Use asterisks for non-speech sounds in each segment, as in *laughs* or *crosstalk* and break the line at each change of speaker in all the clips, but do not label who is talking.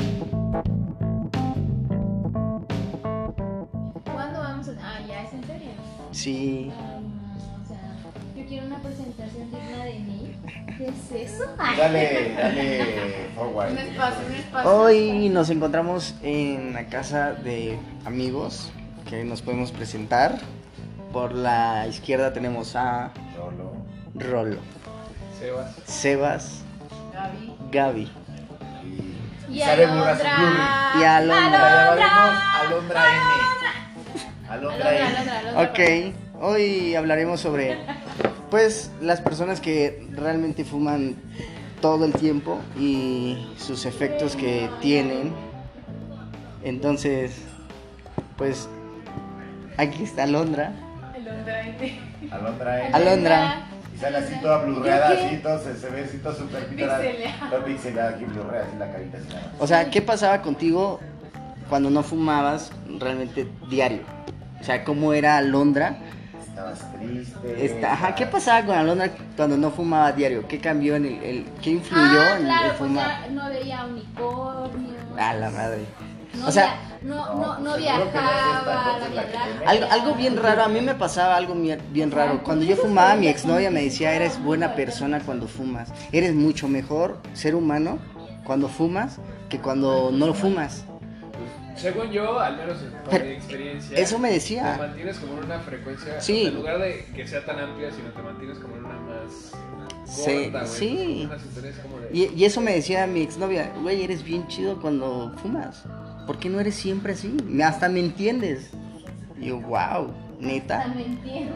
ah,
Sí.
Um, Yo quiero una presentación digna de mí. ¿Qué es eso?
Dale, dale forward.
Un espacio, un espacio.
Hoy nos encontramos en la casa de amigos que nos podemos presentar. Por la izquierda tenemos a
Rolo.
Rolo,
Sebas.
Sebas,
Gaby.
Gaby.
Y,
Y
Sale
Alondra.
Burras Yuri.
Y
La
Alondra.
llamaremos Alondra N. Alondra
Alondra,
N.
Alondra, Alondra.
Ok, hoy hablaremos sobre pues las personas que realmente fuman todo el tiempo y sus efectos que tienen. Entonces, pues aquí está Alondra.
Alondra
este.
N.
Alondra N.
Alondra.
Y sale así toda blurreada,
¿Yo qué?
así, todo se, se ve así, todo súper pixelada.
Pixelada.
Toda pixelada aquí, blurreada, así la carita así nada más.
O sea, ¿qué pasaba contigo cuando no fumabas realmente diario? O sea, ¿cómo era Alondra?
Estabas triste.
Esta- ajá, ¿Qué
estabas-
pasaba con Alondra cuando no fumaba diario? ¿Qué cambió en el... el- ¿Qué influyó
Ah,
en el
claro, pues
fumar?
ya no veía unicornios.
A la madre.
No,
O sea,
via- no, no, no
seguro que no es esta,
viajaba, la
entonces, la que
verdad.
tenemos.
algo, algo bien raro, a mí me pasaba algo mie- bien raro. Cuando yo fumaba, mi exnovia me decía, eres buena persona cuando fumas. Eres mucho mejor ser humano cuando fumas que cuando no fumas.
Pues, según yo, al menos por
Pero,
mi experiencia,
Eso me
te
decía.
mantienes como en una frecuencia.
Sí.
o sea, en lugar de que sea tan amplia, sino te mantienes como en una más.
Sí,
Corta, güey,
sí.
pues, como una sintonía, es como de-
Y, y eso me decía mi exnovia, güey, eres bien chido cuando fumas. ¿Por qué no eres siempre así? Me- Hasta me entiendes. Y yo, wow, neta.
También entiendo.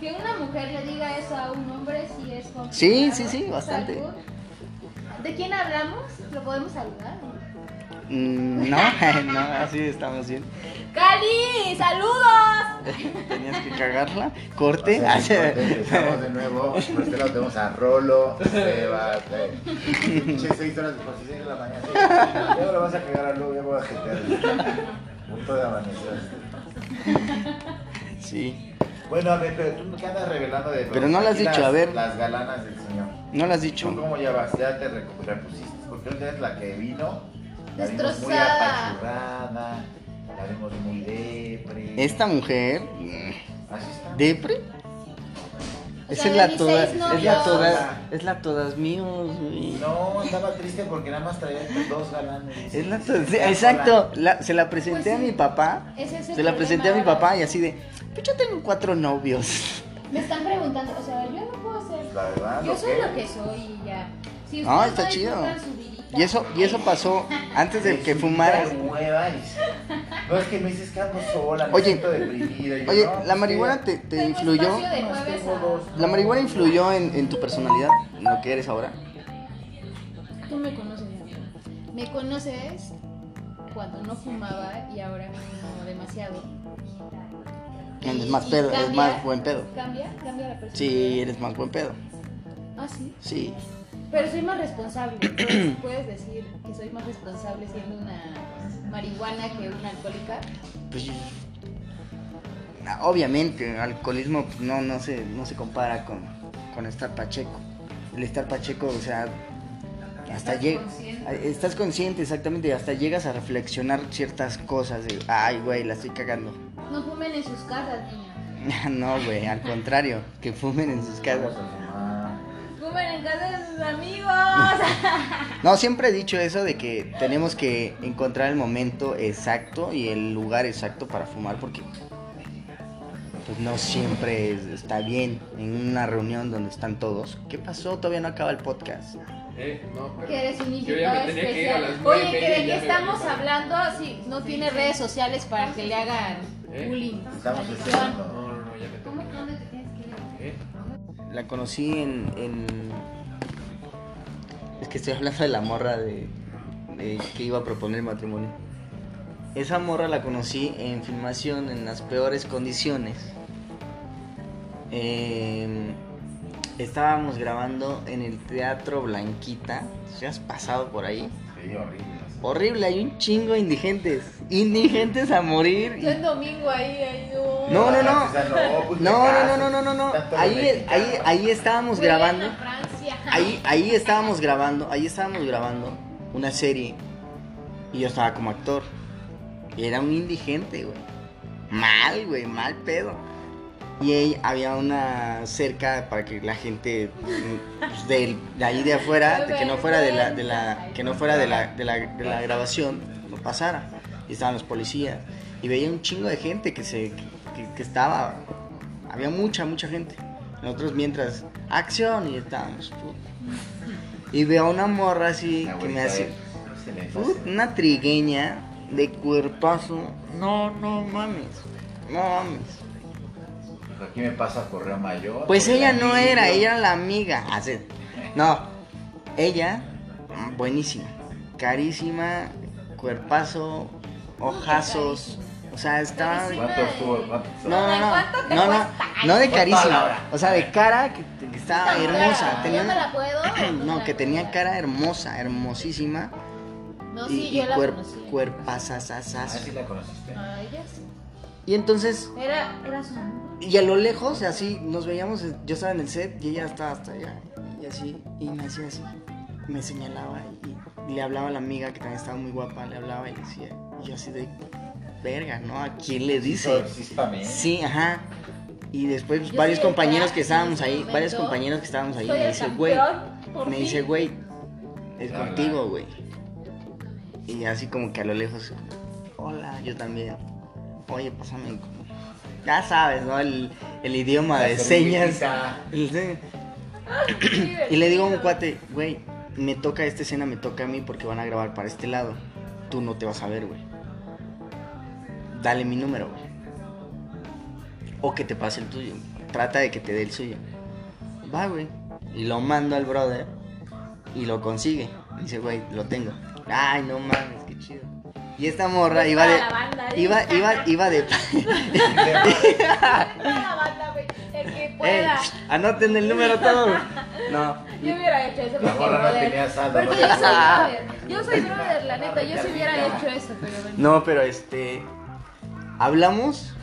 Que una mujer le diga eso a un hombre sí es complicado.
Sí, sí, sí, bastante.
Salud. ¿De quién hablamos? ¿Lo podemos saludar?
Mm, no, no, *laughs* así estamos bien. *laughs*
¡Cali! ¡Saludos!
Tenías que cagarla. Corte. *laughs*
O sea, Empezamos de nuevo. Por este lado tenemos a Rolo, Sebas. eh. Che, seis horas después, seis de la mañana. sí. Ya me lo vas a cagar a Lu, ya voy a jetear. Punto de amanecer.
Sí.
Bueno, a ver, pero tú qué andas revelando de
Pero no lo has
aquí
dicho,
las-
a ver.
Las galanas del señor.
No lo has
¿Tú
dicho.
cómo ya vas? Ya te recu- repusiste, porque ahorita es la que vino. La vimos muy
Destrozada.
apachurrada, la vimos muy depre.
Esta mujer. mm,
Así está.
¿Depre?
O
Esa
sea,
es la
mis
todas.
seis
Es
novios.
la todas. Es la todas míos, güey.
No, estaba triste porque nada más traía dos galanes.
Es la todas. sí, Exacto. la- se la presenté
Pues
a
sí.
mi papá.
Ese es el
Se la
problema
presenté a mi
ahora.
papá y así de. Pues yo tengo cuatro novios.
Me están preguntando, o sea, yo no puedo ser.
La verdad,
Yo
¿o
soy
qué?
lo que soy y ya. Si
Ah,
ustedes
está
no
chido.
disfrutan su vidita-
Y eso, y eso pasó antes de que fumaras.
Muevas. No, es que me dices que ando sola, me
Oye.
siento deprimida. Y yo,
Oye,
no, pues,
la
¿qué?
marihuana te, te
Tengo
influyó.
espacio de
Más
jueves
tengo
a-
dos.
La marihuana influyó en, en tu personalidad, en lo que eres ahora.
Tú me conoces, mi amigo. Me conoces cuando no fumaba y ahora fumo demasiado.
Eres
Y-
más
y
pedo, eres
cambia-
más buen pedo.
¿Cambia? ¿Cambia la persona?
Sí, eres más buen pedo.
Ah, sí.
Sí.
Pero soy más responsable.
*clears throat*
Puedes, puedes decir que soy más responsable siendo una marihuana que una alcohólica.
Pues, na- obviamente, el alcoholismo pues, no, no, se, no se compara con, con estar pacheco. El estar pacheco, o sea, hasta
Estás
llegas.
consciente.
Estás consciente, exactamente, y hasta llegas a reflexionar ciertas cosas. De, Ay, güey, la estoy cagando. *laughs*
No fumen en sus casas, niños.
no, güey, al contrario, que fumen en sus
Vamos
casas.
a fumar.
Fumen en casa de sus amigos. *laughs*
No, siempre he dicho eso de que tenemos que encontrar el momento exacto y el lugar exacto para fumar porque pues no siempre es- está bien en una reunión donde están todos. ¿Qué pasó? Todavía no acaba el podcast.
Eh, no, pero.
Que eres un
Yo ya me
invitado
tenía que ir a las
especial.
nueve
Oye,
y
que
media,
¿de qué
ya me
estamos
valí madre.
hablando? Si no tiene redes sociales para que le hagan
¿Eh?
bullying.
Estamos
Adicción.
esperando.
No, no, no, ya me tengo.
¿Dónde te tienes que ir?
que ir. Eh,
La conocí en, en- Es que estoy hablando de la morra de, de que iba a proponer el matrimonio. Esa morra la conocí en filmación en las peores condiciones. Eh, estábamos grabando en el Teatro Blanquita. ¿Se has pasado por ahí?
Sí, horrible.
Horrible, hay un chingo de indigentes. Indigentes a morir.
Yo en domingo ahí, ahí oh. no.
No, no, no.
O sea, no, pues,
No,
te
no,
casas,
no, no, no, no.
tanto de
Ahí,
mexicano.
ahí, ahí estábamos
Vuelven a
grabando.
Francia. *laughs*
ahí, ahí estábamos grabando, ahí estábamos grabando una serie y yo estaba como actor. Y era un indigente, güey. Mal, güey, mal pedo. Y ahí había una cerca para que la gente pues, del- de, ahí de afuera, de que no fuera de la, de la, que no fuera de la, de la, de la grabación, no pasara. Y estaban los policías. Y veía un chingo de gente que se que, que estaba. Había mucha, mucha gente. Nosotros mientras, acción, y estábamos. puta. Y veo a una morra así que me hace.
eh,
Put- Una trigueña de cuerpazo. No, no mames. No mames.
Aquí me pasa Correo Mayor.
Pues
Correo
ella no era,
Anillo.
ella era la amiga. Así- No, ella, mm, buenísima. Carísima, cuerpazo, ojazos. O sea, estaba.
¿Cuánto estuvo? ¿Cuánto
No, no,
estuvo?
no.
¿Cuánto te
No, no.
cuesta?
No de
Por toda la
carísima.
hora.
O sea, de cara que, que estaba
Yo
ah, hermosa.
me
Tenía
la
una-
puedo.
*clears throat*
*laughs*
no, que tenía cara hermosa, hermosísima.
No,
Y,
sí,
y
yo la
cuer-
conocí.
Ah, sí
cuerpazazazazo.
la conociste.
A ella sí.
Y entonces
Ah, Era, era su amor.
Y a lo lejos, así, nos veíamos, eh, yo estaba en el set y ella estaba hasta allá. Y así, y me hacía así. Me señalaba y le hablaba a la amiga que también estaba muy guapa, le hablaba y le decía, y yo así de, verga, ¿no? ¿A quién le dice?
Sí, sí, pa' mí.
Sí, ajá. Y después pues,
Yo
varios
soy el
compañeros
crack
que
en
estábamos
ese
ahí,
momento.
varios compañeros que estábamos ahí,
Soy
me
el
dice, güey,
campeón, por
me
fin.
dice, güey, es
Hola.
contigo, güey. Y así como que a lo lejos, hola, yo también. Oye, pásame. como- Ya sabes, ¿no? El, el idioma de
La
señas.
servilleta.
El se- Y le digo a un cuate, güey, me toca esta escena, me toca a mí porque van a grabar para este lado. Tú no te vas a ver, güey. Dale mi número, güey. O que te pase el tuyo. Trata de que te dé el suyo. Va, güey. Y lo mando al brother y lo consigue. Dice, güey, lo tengo. Ay, no mames, qué chido. Y esta morra iba de.
Para la banda, ¿eh?
Iba, *laughs* iba,
*laughs*
iba de.
Para la banda, güey. El que
Ey,
pueda.
anoten el número
*laughs*
todo. No.
Yo hubiera hecho eso.
La
porque,
gorra no
brother,
tenía saldo.
Porque
no
yo
tenía
soy
saldo.
brother. Yo soy brother, la neta. Yo sí hubiera hecho eso, pero bueno.
No, pero este. Hablamos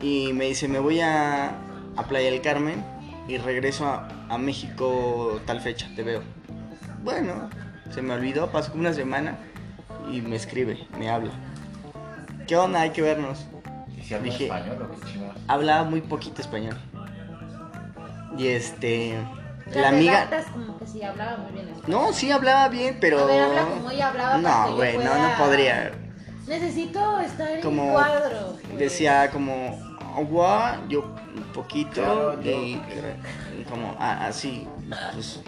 y me dice, me voy a, a Playa del Carmen y regreso a, a México tal fecha, te veo. Bueno, se me olvidó, pasó como una semana y me escribe, me habla. ¿Qué onda? Hay que vernos.
¿Y si habla
Dije-
español o qué chingados?
Hablaba muy poquito español. Y este. La,
de
amiga.
gatas como que sí hablaba muy bien. español.
No, sí hablaba bien, pero.
A ver, habla como ella hablaba para que
no,
yo
güey, no,
pueda-
no podría.
Necesito estar en
Como
un cuadro. güey.
decía como agua, yo un poquito
Claro, yo-
y, y como ah, así, pues,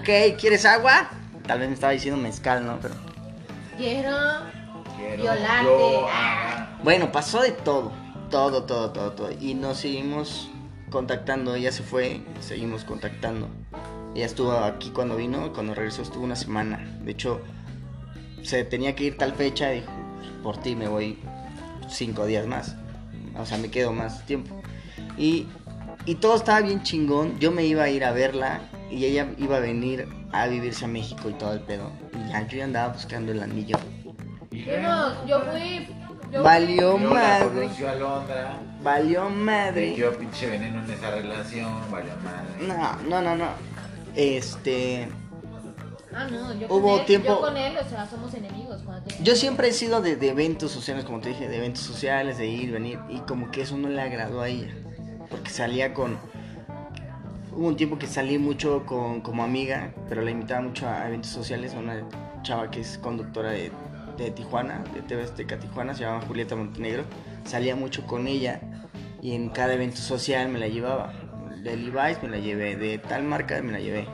ok, ¿quieres agua? Tal vez me estaba diciendo mezcal, ¿no? Pero
Quiero.
Quiero
Violarte.
yo, ah,
bueno, pasó de todo, todo, todo, todo, todo. Y nos seguimos contactando, ella se fue, seguimos contactando. Ella estuvo aquí cuando vino, cuando regresó estuvo una semana. De hecho, se tenía que ir tal fecha y dijo, por ti me voy cinco días más. O sea, me quedo más tiempo. Y, y todo estaba bien chingón. Yo me iba a ir a verla y ella iba a venir a vivirse a México y todo el pedo. Y ya, yo ya andaba buscando el anillo.
Yo no, yo fui. Ah, Yo
Valió
Yo la
Oh, madre.
conoció a Londra.
Valió madre.
Yo pinche veneno en esa relación, valió madre.
No, no, no, no. Este.
Ah, no, yo
Hubo
con él,
tiempo-
Yo con él, o sea, somos enemigos. Cuando te-
Yo siempre he sido de, de eventos sociales, como te dije, de eventos sociales, de ir, venir. Y como que eso no le agradó a ella. Porque salía con. Hubo un tiempo que salí mucho con, como amiga, pero la invitaba mucho a eventos sociales a una chava que es conductora de, de Tijuana, de TV Azteca Tijuana, se llama Julieta Montenegro. Salía mucho con ella y en cada evento social me la llevaba. De Levi's me la llevé, de tal marca me la llevé.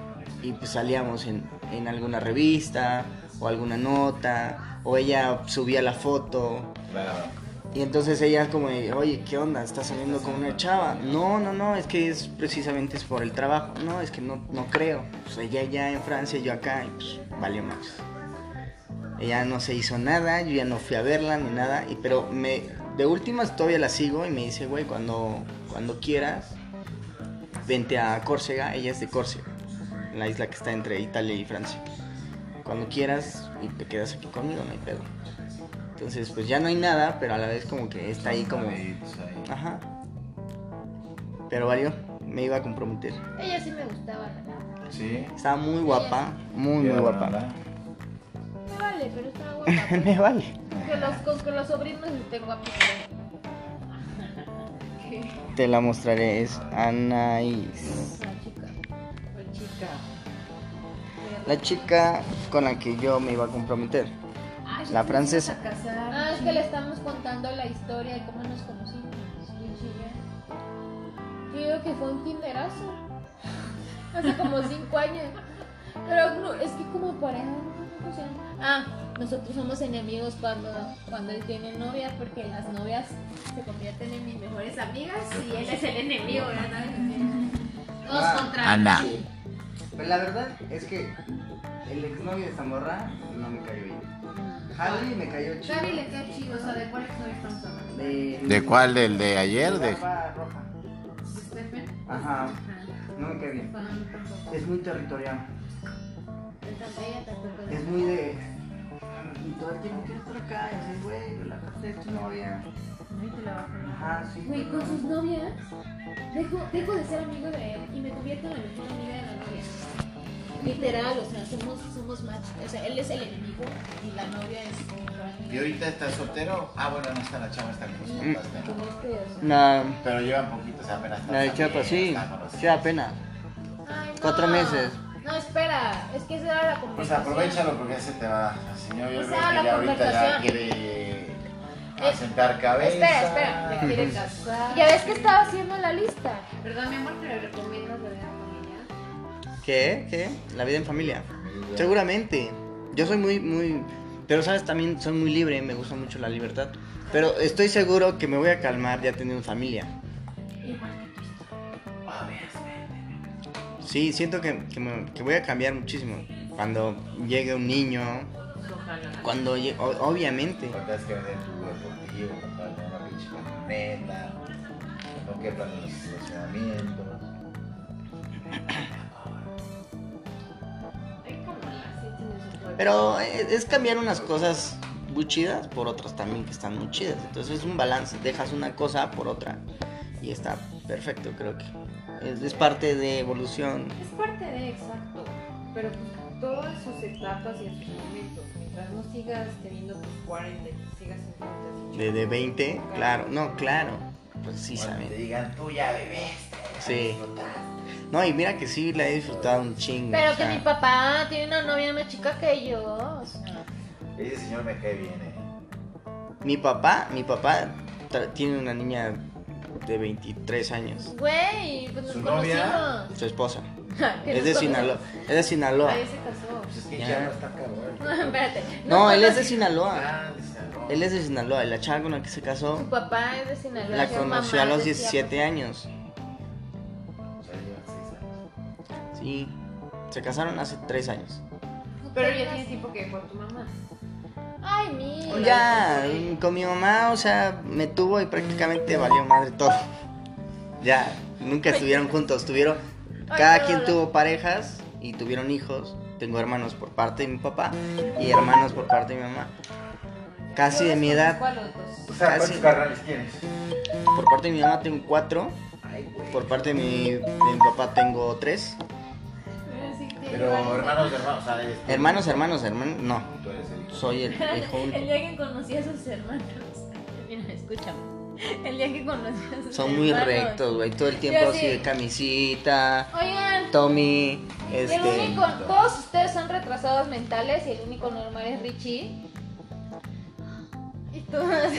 Y pues salíamos en, en alguna revista o alguna nota, o ella subía la foto,
Claro.
y entonces ella como, de, oye, ¿qué onda? ¿Estás saliendo con una chava? No, no, no, es que es precisamente es por el trabajo. No, es que no, no creo. Pues ella ya en Francia, yo acá, y pues valió más. Ella no se hizo nada, yo ya no fui a verla ni nada, y, pero me, de últimas todavía la sigo y me dice, güey, cuando, cuando quieras, vente a Córcega, ella es de Córcega, la isla que está entre Italia y Francia. Cuando quieras y te quedas aquí conmigo, no hay pedo. Entonces, pues ya no hay nada, pero a la vez como que está ahí como...
Amiguitos ahí.
Ajá. Pero valió, me iba a comprometer.
Ella sí me gustaba. la neta.
Sí.
Estaba muy guapa, muy, muy
Quiero
guapa.
Londra.
Me
*laughs*
vale, pero estaba guapa.
me vale.
Con los, con, con los sobrinos estén guapos.
Sí.
Te la mostraré, es Anaís.
La chica.
Pues chica.
La chica con la que yo me iba a comprometer.
Ay,
La
¿te
francesa.
ibas a casar?
Ah, es que le estamos contando la historia de cómo nos conocimos. Richie y yo. Yo digo que fue un tinderazo. *laughs* Hace como cinco años. Pero no, es que como pareja no funciona. Ah, nosotros somos enemigos cuando, cuando él tiene novia, porque las novias se convierten en mis mejores amigas y él es el enemigo, ¿verdad? Todos
Ah,
contra
Ana.
Pero Pues la verdad es que el exnovio de Zamorra no me cayó bien. Javi me cayó chido.
Gaby le cae chido, o sea, ¿de cuál es no estamos hablando?
De,
¿De cuál? ¿Del de ayer?
De
De...
barba roja.
Stephen.
Ajá,
Ajá.
no me cae bien.
Bueno, no tampoco.
Es muy territorial.
Entonces, ella tampoco
Es muy de. Y todo el tiempo quiero estar acá. Y así, güey, relájate, es tu novia.
Ahí te la bajo.
Ajá, sí.
Güey,
pero-
con sus novias, dejo, dejo de ser amigo de él y me convierto en la mejor amiga de la novia. Literal, o sea, somos, somos match. O sea, él es el enemigo y la novia es
¿Y ahorita está soltero? Ah, bueno, no está la chava, está que nos
Mm.
contaste, ¿no?
como este, o sea.
La,
Pero llevan poquito, o sea, apenas están
la de
también,
Chiapas, sí.
están conocidos.
Sí, apenas.
Ay, no.
Cuatro meses.
No, espera, es que esa era la
Pues
conversación.
aprovechalo porque se te va. Si no, yo
Pues
creo
habla
que ya ahorita ya
conversación. Eh,
quiere asentar cabeza.
espera, espera.
Te quiere casar.
Ya ves que estaba haciendo la lista.
Perdón, mi amor, pero recomiendas la vida con ella.
¿Qué? ¿Qué? La vida en familia. Seguramente. Yo soy muy, muy. Pero sabes, también soy muy libre, me gusta mucho la libertad. Pero estoy seguro que me voy a calmar ya teniendo familia. Sí, siento que, que me- que voy a cambiar muchísimo. Cuando llegue un niño,
Ojalá.
cuando llegue, obviamente.
Porque es que vender tu deportivo, comprarte una pinche camioneta, no quepan los estacionamientos.
Ay, como las siete de su cuerpo.
Pero eh, es, es cambiar unas cosas muy chidas por otras también que están muy chidas. Entonces es un balance, dejas una cosa por otra y está perfecto, creo que. Es, es parte de evolución.
Es parte de, exacto. Pero pues, todas sus etapas y en sus momentos. Mientras no sigas teniendo tus 40, y sigas en 40.
De, de 20, claro, no, claro,
Cuando te
precisamente.
digan, tú ya bebés.
Sí. No, y mira que sí la he disfrutado un chingo. o
Pero que
sea,
mi papá tiene una novia más chica que yo. o sea.
Ese señor me cae bien, eh.
mi papá, mi papá tra- tiene una niña de 23 años,
Güey, pues nos
¿Su novia?
conocimos.
su esposa.
*laughs* Que
Es
nos
de
conocimos.
Sinaloa, es de Sinaloa.
Ahí se
*laughs*
casó.
Pues es que
Ya.
ya, no está
*laughs*
cabrón.
Espérate.
No,
Nos
él es de
conoci-
Sinaloa.
Ah, dice, no.
Él es de Sinaloa, y la chava con la que se casó
Su papá es de Sinaloa.
La
su mamá
conoció a los
decía,
17 años.
O sea, llevan seis años.
Sí. Se casaron hace 3 años.
"No
Pero ya
tengas-
tiene tiempo que por tu mamá.
Ay, mi.
Ya, mm, con mi mamá, o sea, me tuvo y prácticamente valió madre todo. Ya,
Pues,
nunca estuvieron juntos. Tuvieron. Cada
no,
quien
la-
tuvo parejas y tuvieron hijos. Tengo hermanos por parte de mi papá y hermanos por parte de mi mamá. Casi de mi edad.
¿Cuál los dos?
O sea,
Casi.
¿cuántos carnales tienes?
Por parte de mi mamá tengo cuatro.
Ay, güey.
Por parte de mi, de mi papá tengo tres.
Pero hermanos, hermanos, ¿sabes?
Hermanos, hermanos, hermanos. No,
Tú eres el hijo.
soy el hijo
El
único.
día que conocí a sus hermanos. *laughs* Mira, escúchame. El día que conocí a sus hermanos.
Son muy rectos, güey. Todo el tiempo
Yo
así
sí.
de camisita.
Oigan,
Tommy,
y el
este.
único, todos ustedes son retrasados mentales y el único normal es Richie. *gasps* Y todos, *laughs*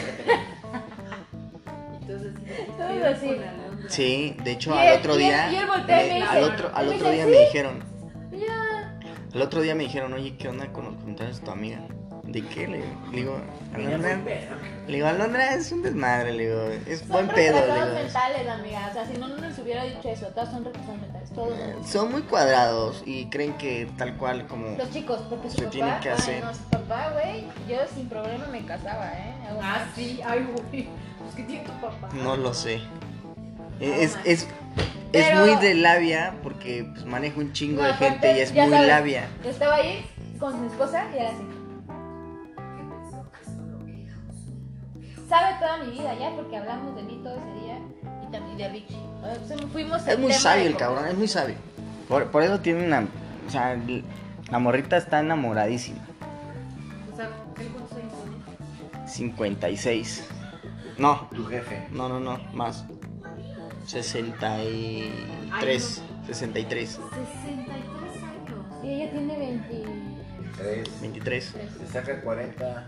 Entonces,
Todo
yo
así.
con Alondra.
Sí, de hecho,
Y
al
él-
otro
y él-
día.
y él voltea y
me-
me dice-
al otro, al
me dice,
otro día
"Sí".
me dijeron.
ya.
Al otro día me dijeron, oye, ¿qué onda con los comentarios de tu amiga? ¿De qué? Le le digo, Alondra. Le digo, Alondra es un desmadre, le digo, es
Son
buen pedo, le
retrasados
digo.
mentales, amiga. O sea, si no, no les hubiera dicho eso. Todos son retrasados mentales. Todos.
Eh, Son muy cuadrados y creen que tal cual como.
Los chicos, porque su
Se
papá.
tienen que
ay,
hacer.
no, su papá, güey. Yo sin problema me casaba, ¿eh? Hago-
Ah, sí, ay, güey. Pues que tiene tu papá.
No lo sé. E-, Es,
manches.
es, es
Pero-
muy de labia porque pues, manejo un chingo
No,
de
aparte,
gente y es
ya
muy
sabes,
labia.
Yo estaba ahí con mi esposa y era así. Sabe toda mi vida ya porque hablamos de mí todo ese día y también de Richie. O sea, pues, fuimos
Es
al
muy
tema
sabio
de
el
cómo-
cabrón, es muy sabio. Por, por eso tiene una. O sea, l- la morrita está enamoradísima.
O sea, él cuántos años tiene.
56. No,
Tu jefe.
no, no, no, más. 63. 63.
63 años.
Y ella tiene 20.
3.
23.
Se saca 40,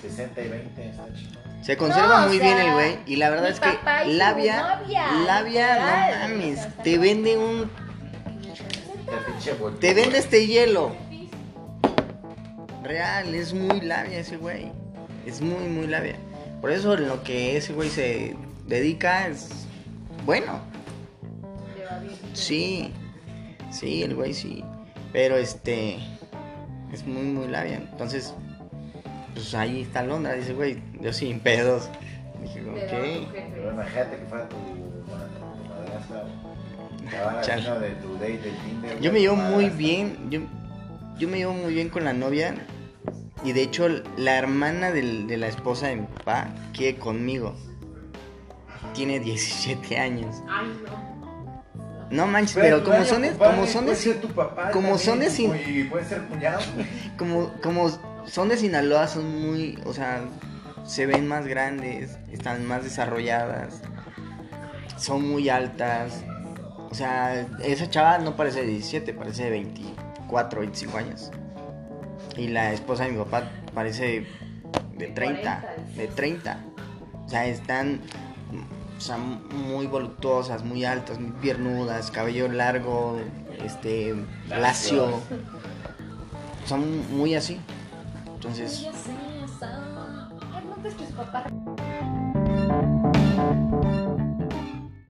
60 y 20. Está chido.
Se conserva
No, o
muy
sea,
bien el güey. Y la verdad
mi
es que
papá y su
labia.
novia,
labia,
literal.
no
O sea,
mames.
está
Te vende un.
Este pinche volteo,
Te vende
güey.
este hielo. Real, es muy labia ese güey. Es muy, muy labia. Por eso lo que ese güey se dedica es bueno.
Te va bien.
Sí, sí, el güey sí. Pero este. Es muy, muy labia. Entonces, pues ahí está Londra. Dice, güey, yo sin pedos. Dije,
Te da un
ok.
Pero
jefe.
imagínate que fuera tu, tu
*laughs*
madrastra. Estaba
Chale.
haciendo de tu date de Tinder. güey,
Yo me llevo
tu
muy
madrastra.
bien. Yo, yo me llevo muy bien con la novia. Y de hecho, la hermana del- de la esposa de mi papá quiere conmigo. Tiene 17 años.
Ay, no.
No manches, pero, como
tu
son, de-
novia, compadre,
como son de
puede ser tu papá
como
también,
son de
tu-
sin-
Y puede ser cuñado. güey.
como, como son de Sinaloa, son muy, o sea, se ven más grandes, están más desarrolladas, son muy altas. O sea, esa chava no parece de 17, parece de 24, 25 años. Y la esposa de mi papá parece de 30,
40.
de 30. O sea, están o sea, muy voluptuosas, muy altas, muy piernudas, cabello largo, este, lacio. Son muy así. Entonces,
Ella sí, o sea, ay, no, pues que su papá